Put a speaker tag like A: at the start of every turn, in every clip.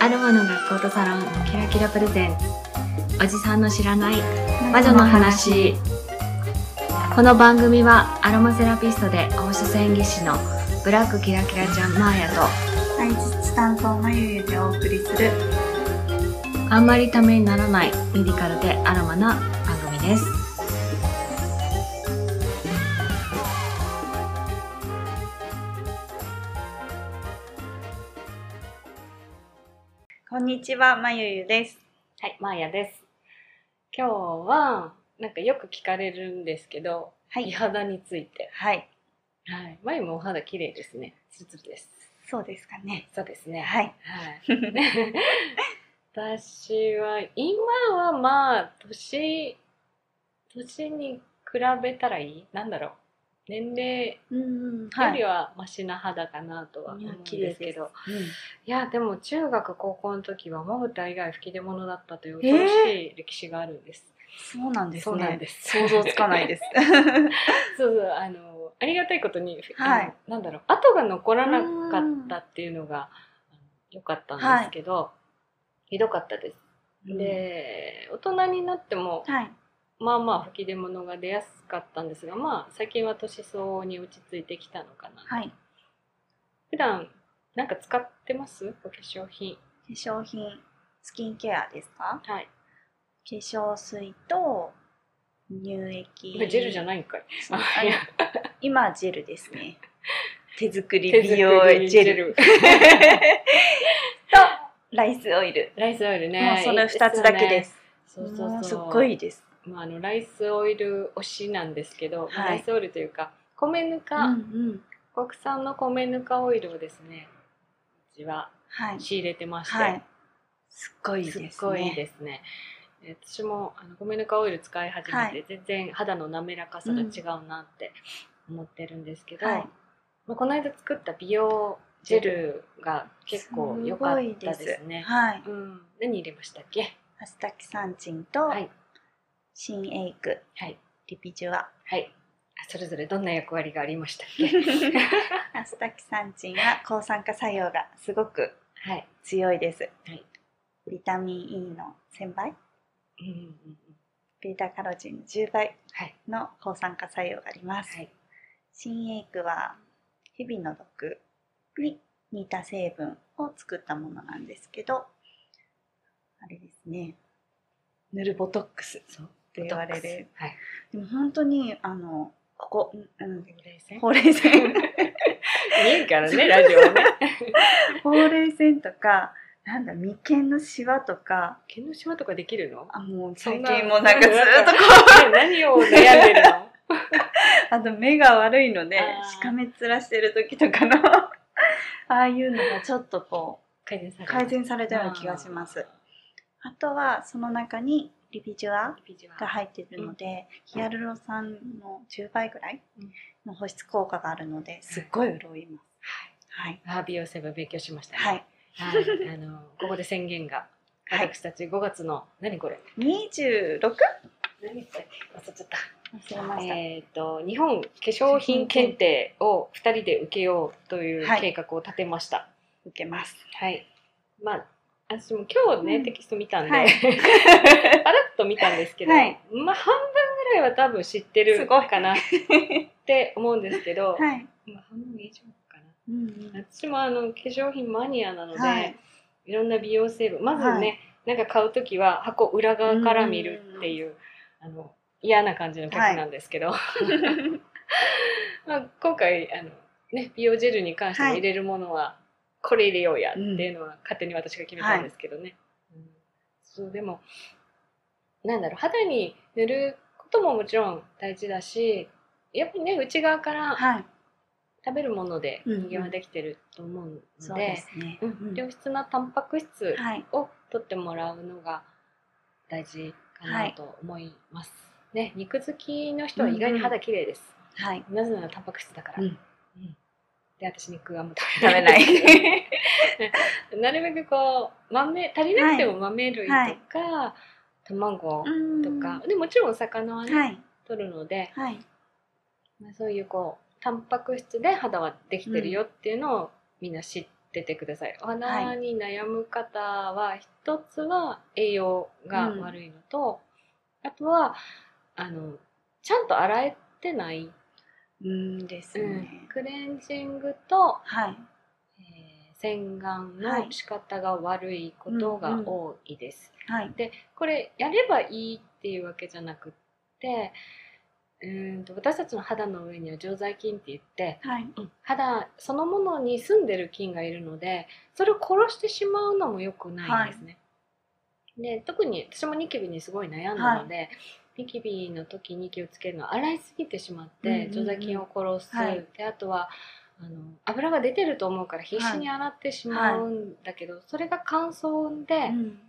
A: アロマの学校とサロンキラキラプレゼンツおじさんの知らない魔女の話この番組はアロマセラピストで放射線技師のブラックキラキラちゃんマーヤと
B: 大実担当まゆゆでお送りする
A: あんまりためにならないメディカルでアロマな番組です
B: こんにちはまゆゆです
C: はい、マーヤです。今日は、なんかよく聞かれるんですけど、
B: は
C: 美肌について。
B: はい
C: はい。マユもお肌綺麗ですね。ツルツルです。
B: そうですかね
C: そうですね。
B: はい
C: はい。 私は、今はまあ、年、年に比べたらいいなんだろう。年齢
B: うんうん
C: より
B: は
C: はマシな肌かなとは思うんですけど、
B: い
C: いやでも中学高校の時はまぶた以外吹き出物だったという恐ろしい歴史があるんです、
B: そうなんですね
C: そうなんです
B: 想像つかない です
C: そうそう、あの、ありがたいことに、
B: はい
C: あのなんだろう、跡が残らなかったっていうのが、あの良かったんですけど、ひどかったです。で、大人になっても、
B: はい
C: まあまあ吹き出物が出やすかったんですが、まあ最近は年相応に落ち着いてきたのかな。
B: はい
C: 普段、なんか使ってますお化粧品。
B: 化粧品スキンケアですか
C: はい。
B: 化粧水と乳液
C: ジェルじゃ
B: ない
C: ないんかい。
B: あ
C: いや
B: 今ジェルですね手作り
C: 手作
B: 美
C: り
B: 容ジェル
C: ル。
B: ライスオイル
C: ライスオイルね。。
B: もうその二つだけですす
C: そうそうそ
B: も
C: う。
B: すっごいです
C: まあ、あのライスオイル推しなんですけど、
B: はい
C: ライスオイルというか米ぬ
B: う
C: か、
B: ん
C: 国産の米ぬかオイルをですねうちは
B: はい
C: 仕入れてまして、
B: はい。すっごいです
C: っ
B: すね。
C: ごいですねえ私もあの米ぬかオイル使い始め
B: は
C: て、全然肌の滑らかさが違うなって思ってるんですけど、
B: はい
C: まあ、この間作った美容ジェルが結構良かったですね
B: はい。
C: うん、何入れましたっけ
B: アスタキサンチンと
C: はい
B: 新エイク、
C: はい
B: リピジュア。
C: はいあそれぞれどんな役割がありましたっ け
B: アスタキサンチンは抗酸化作用がすごく
C: はい
B: 強いです。
C: はい
B: ビタミン E の1000倍、
C: うんうんうん
B: ベータカロチンの10倍
C: はい。
B: の抗酸化作用があります。
C: はい。
B: 新エイクは蛇の毒に似た成分を作ったものなんですけど、あれですね、ヌルボトックス。
C: そう。
B: って言われる。
C: はい。
B: でも本当にあのここ、うんうん、
C: ほ
B: ほうれい 線
C: 見えるからね、ラジオは ね。
B: ほうれい線とかなんだ眉間のシワとか
C: 毛の島とかできるの
B: あもう
C: そ
B: 最
C: んな
B: 近もうなんかずっとこ
C: う。何を悩んでるの
B: う あと目が悪いので
C: あー
B: しかめ面してる時とかの ああいうのがちょっとこ
C: 改善され
B: う改善されたような気がします。あとはその中にリピジュア
C: ビジュア
B: が
C: ル。
B: 入ってるので、ヒアルロン酸の10倍ぐらい
C: うん
B: の保湿効果があるのですっごい潤います。はい、
C: あ、美容成分勉強しましたね。
B: はい
C: はい。あの、ここで宣言が。
B: はい
C: 私たち5月の、何これ
B: 26?
C: 何忘れちゃっ
B: 忘れま
C: た。
B: した。
C: えっと、日本化粧品検定を2人で受けようという
B: はい
C: 計画を立てました。
B: 受けます。
C: はい。まあ、私も今日ね、
B: うん
C: テキスト見たんで、
B: はい
C: パラッと見たんですけど、
B: はい
C: まあ半分ぐらいは多分知って
B: す
C: る
B: ごい
C: かなって思うんですけど、
B: はい。
C: まあ半分以上かな。
B: うんうん
C: 私もあの化粧品マニアなので、
B: はい
C: い、ろんな美容成分、まずね、なんか買うときは箱裏側から見るっていう、あの嫌な感じの客なんですけど、 まあ、今回あの、ね、美容ジェルに関しても
B: はい
C: 入れるものはこれ入れようやっていうのは勝手に私が決めたんですけどね、うんそうでもなんだろう肌に塗ることももちろん大事だしやっぱりね内側から
B: はい。
C: 食べるもので
B: うんうん
C: 人間はできてると思うので,、
B: そうですね。
C: うん良質なタンパク質
B: はい。
C: を取ってもらうのが大事かなと思います、ね肉好きの人は意外に肌綺麗です、
B: はい。
C: なぜならタンパク質だから、
B: うん
C: うんで私肉はもう食
B: 食べない。
C: なるべくこう豆足りなくても豆類とか、
B: はい
C: 卵と
B: と
C: か、。でもちろんお魚はね、
B: はい。
C: 取るので、
B: はい。
C: まあ、そういうこうタンパク質で肌はできてるよっていうのをみんな知っっててください。お花に悩む方は、一つは栄養が悪いのと、あとは、あの、ちゃんと洗えてない。
B: うんです
C: う
B: ね、
C: んクレンジングと、
B: はい
C: えー洗顔
B: は
C: の
B: い
C: 仕方が悪いことが多いです。
B: はい
C: でこれやればいいっていうわけじゃなくってうーんと私たちの肌の上には常在菌って言って
B: はい
C: 肌そのものに住んでる菌がいるのでそれを殺してしまうのも良くないんですね。で特に私もニキビにすごい悩んだので、ニキビの時に気をつけるのは洗いすぎてしまっ
B: うんうんう
C: て
B: ん
C: 常在菌を殺す、
B: はい
C: であとはあの油が出てると思うから必死に洗ってしまうんだけど、それが乾燥を生んで、
B: うん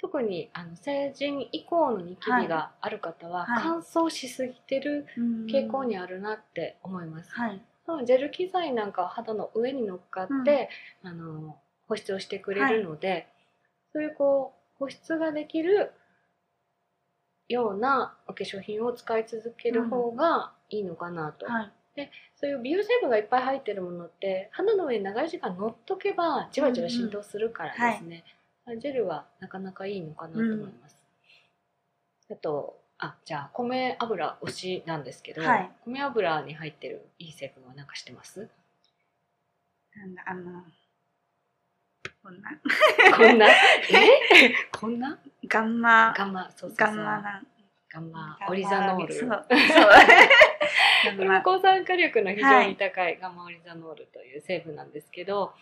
C: 特にあの成人以降のニキビがある方は、
B: はい
C: 乾燥しすぎてる
B: うん
C: 傾向にあるなって思います、
B: はい
C: そのジェル機材なんかは肌の上に乗っかって、あの保湿をしてくれるので、そういうこう保湿ができるようなお化粧品を使い続ける方がいいのかなと、
B: はい
C: そういう美容成分がいっぱい入ってるものって肌の上に長い時間乗っとけばじわじわ浸透するからですね、ジェルはなかなかいいのかなと思います、あとあじゃあ米油推しなんですけど、
B: はい
C: 米油に入ってるいい成分は何か知ってます
B: なんだあのこんな
C: こんなえこんな
B: ガンマ
C: ガンマそうそうそ
B: ガ
C: う
B: ンマな
C: ガンマ
B: ガンマ
C: オリザノー
B: そう
C: ル
B: そう
C: こ
B: ガン
C: れも
B: マ
C: 抗酸化力の非常に高いガンマオリザノールという成分なんですけど、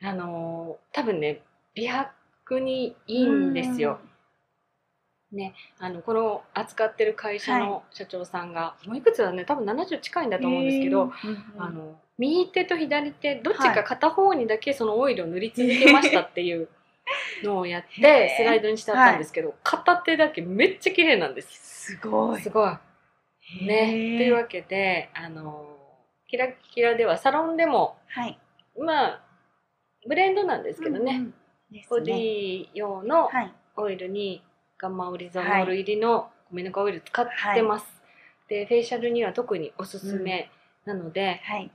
C: あのー多分ね美白にいいんですよ。あのこの扱ってる会社の社長さんが、もういくつだね多分70近いんだと思うんですけど、
B: うん、
C: あの右手と左手どっちか片方にだけそのオイルを塗り続けましたっていうのをやって
B: へ
C: ス
B: ー
C: ライドにしてあったんですけど、片手だけめっちゃ綺麗なんです。
B: すごい
C: すごい
B: へ
C: ね、
B: ー
C: というわけであのキラキラではサロンでも
B: はい
C: まあブレンドなんですけどね、
B: うんうんですね
C: ボディ用の
B: はい
C: オイルにガンマオリゾノール入りの米ぬかオイル使ってます、でフェイシャルには特におすすめなので、
B: はい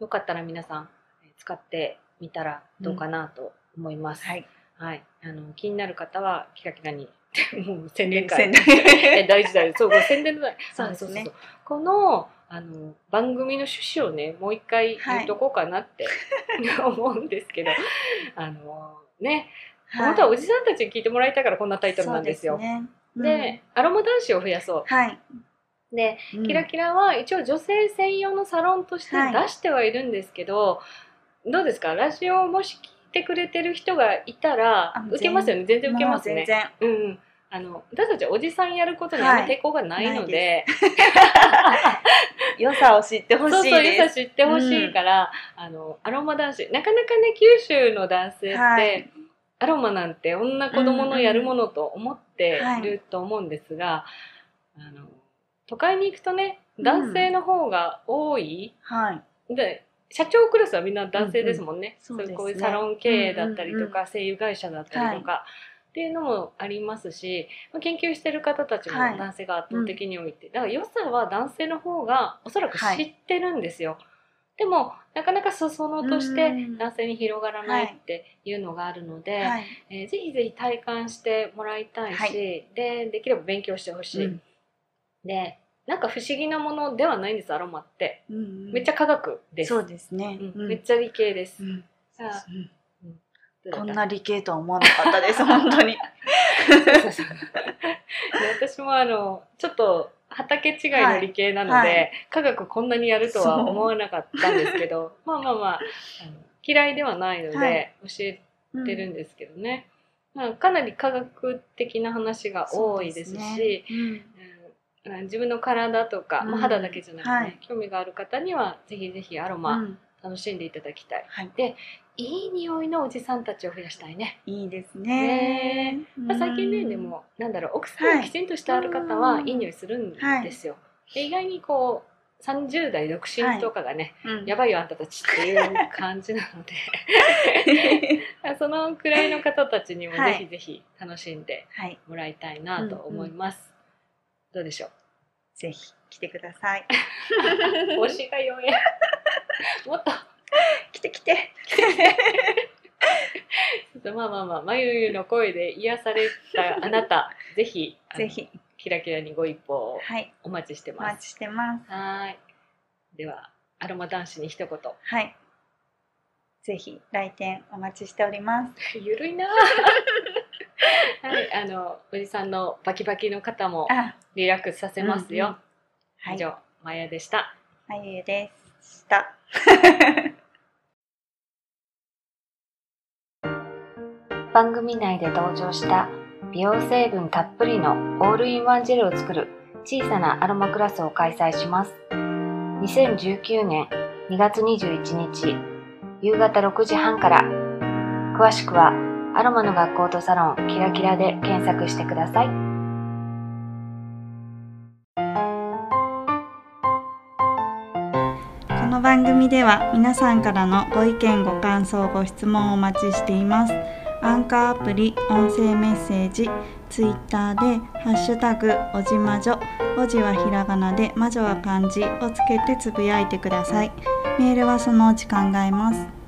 C: よかったら皆さんえー使ってみたらどうかなと思います、
B: はい
C: はい、あの気になる方はキラキラに もう宣伝会
B: 宣伝
C: え大事だよそうこれ宣伝だよ
B: そうですね
C: あこのあの番組の趣旨をねもう一回言っとこうかな って、思うんですけどあのね本当はおじさんたちに聞いてもらいたいからこんなタイトルなんですよ
B: そうね
C: で,、
B: う
C: ア
B: ん
C: ロマ男子を増やそ
B: はい、
C: うでキラキラは一応女性専用のサロンとして
B: はい
C: 出してはいるんですけど、どうですかラジオもし聞いてくれてる人がいた
B: あ
C: ら
B: もう
C: 受けますよね全然受けます
B: もう全
C: ね。
B: 然
C: うんうんあの私たちおじさんやることにあんま抵抗がないので,、
B: 良さを知ってほしい
C: そうそう良
B: で
C: さ
B: す
C: 知ってほしいから、あのアロマ男子なかなかね九州の男性って、
B: はい
C: アロマなんて女子供のやるものと思ってると思うんですが、あの都会に行くとね男性の方が多い、
B: はい
C: で社長クラスはみんな男性ですもんね、
B: うんうんそうですね
C: こういうサロン経営だったりと
B: うんうん
C: か、声優会社だったりとか、っていうのもありますしまあ研究してる方たちも
B: はい
C: 男性が圧倒的に多いって、だから良さは男性の方がおそらく知ってるんですよ、でもなかなか裾野として
B: うん
C: 男性に広がらないっていうのがあるので、
B: はい
C: えーぜひぜひ体感してもらいたいし、
B: はい
C: でできれば勉強してほしい、
B: うん
C: でなんか不思議なものではないんですアロマって
B: うんうん
C: めっちゃ科学です、
B: そうですね
C: うん
B: うん
C: めっちゃ理系です。
B: うん
C: さあ
B: うん
C: どうだ
B: こ
C: っ
B: ん
C: た
B: な理系とは思わなかったです本当 に
C: そう そうそうで私もあのちょっと畑違いの理系なので、
B: はいは
C: 科学こんなにやるとは思わなかったんですけど まあまあまああの嫌いではないので、
B: はい
C: 教えてるんですけどね、まあ、かなり科学的な話が多いですし
B: そうです
C: う
B: ね
C: んうん自分の体とか、ま
B: う
C: あ、
B: ん
C: 肌だけじゃなくてね、
B: はい
C: 興味がある方にはぜひぜひアロ
B: う
C: マ
B: ん
C: 楽しんでいただきたい、
B: はい
C: いい匂いのおじさんたちを増やしたいね
B: いいですね
C: まあ、最近ね
B: うん
C: でもなんだろう奥さんがきちんとしてある方は
B: はい
C: いい匂いするんですよ、で意外にこう30代独身とかがね、
B: うん
C: やばいよあんたたちっていう感じなので そのくらいの方たちにも
B: は
C: ぜ
B: い
C: ひぜひ楽しんで
B: はい
C: もらいたいなと思います、どうでしょう
B: ぜひ来てください
C: 推しが4円 もっと
B: 来て来て
C: まあまあまあ、眉の声で癒されたあな た、ぜひ、あの
B: ぜひ、
C: キラキラにご一報を
B: はい、
C: お待ちして
B: お
C: ま
B: 待
C: す。
B: ちしてます。
C: はーい。では、アロマ男子に一言。
B: はい。ぜひ来店お待ちしております。
C: ゆるいなぁはい、あの、おじさんのバキバキの方も
B: あ、
C: リラックスさせます
B: うんう
C: よ。
B: はい
C: 以、上、マヤでした。
B: あゆゆでした。
A: 番組内で登場した美容成分たっぷりのオールインワンジェルを作る小さなアロマクラスを開催します2019年2月21日夕方6時半から詳しくはアロマの学校とサロンキラキラで検索してください
B: この番組では皆さんからのご意見ご感想ご質問をお待ちしていますアンカーアプリ音声メッセージツイッターで「ハッシュタグおじまじょ」おじはひらがなで魔女は漢字をつけてつぶやいてくださいメールはそのうち考えます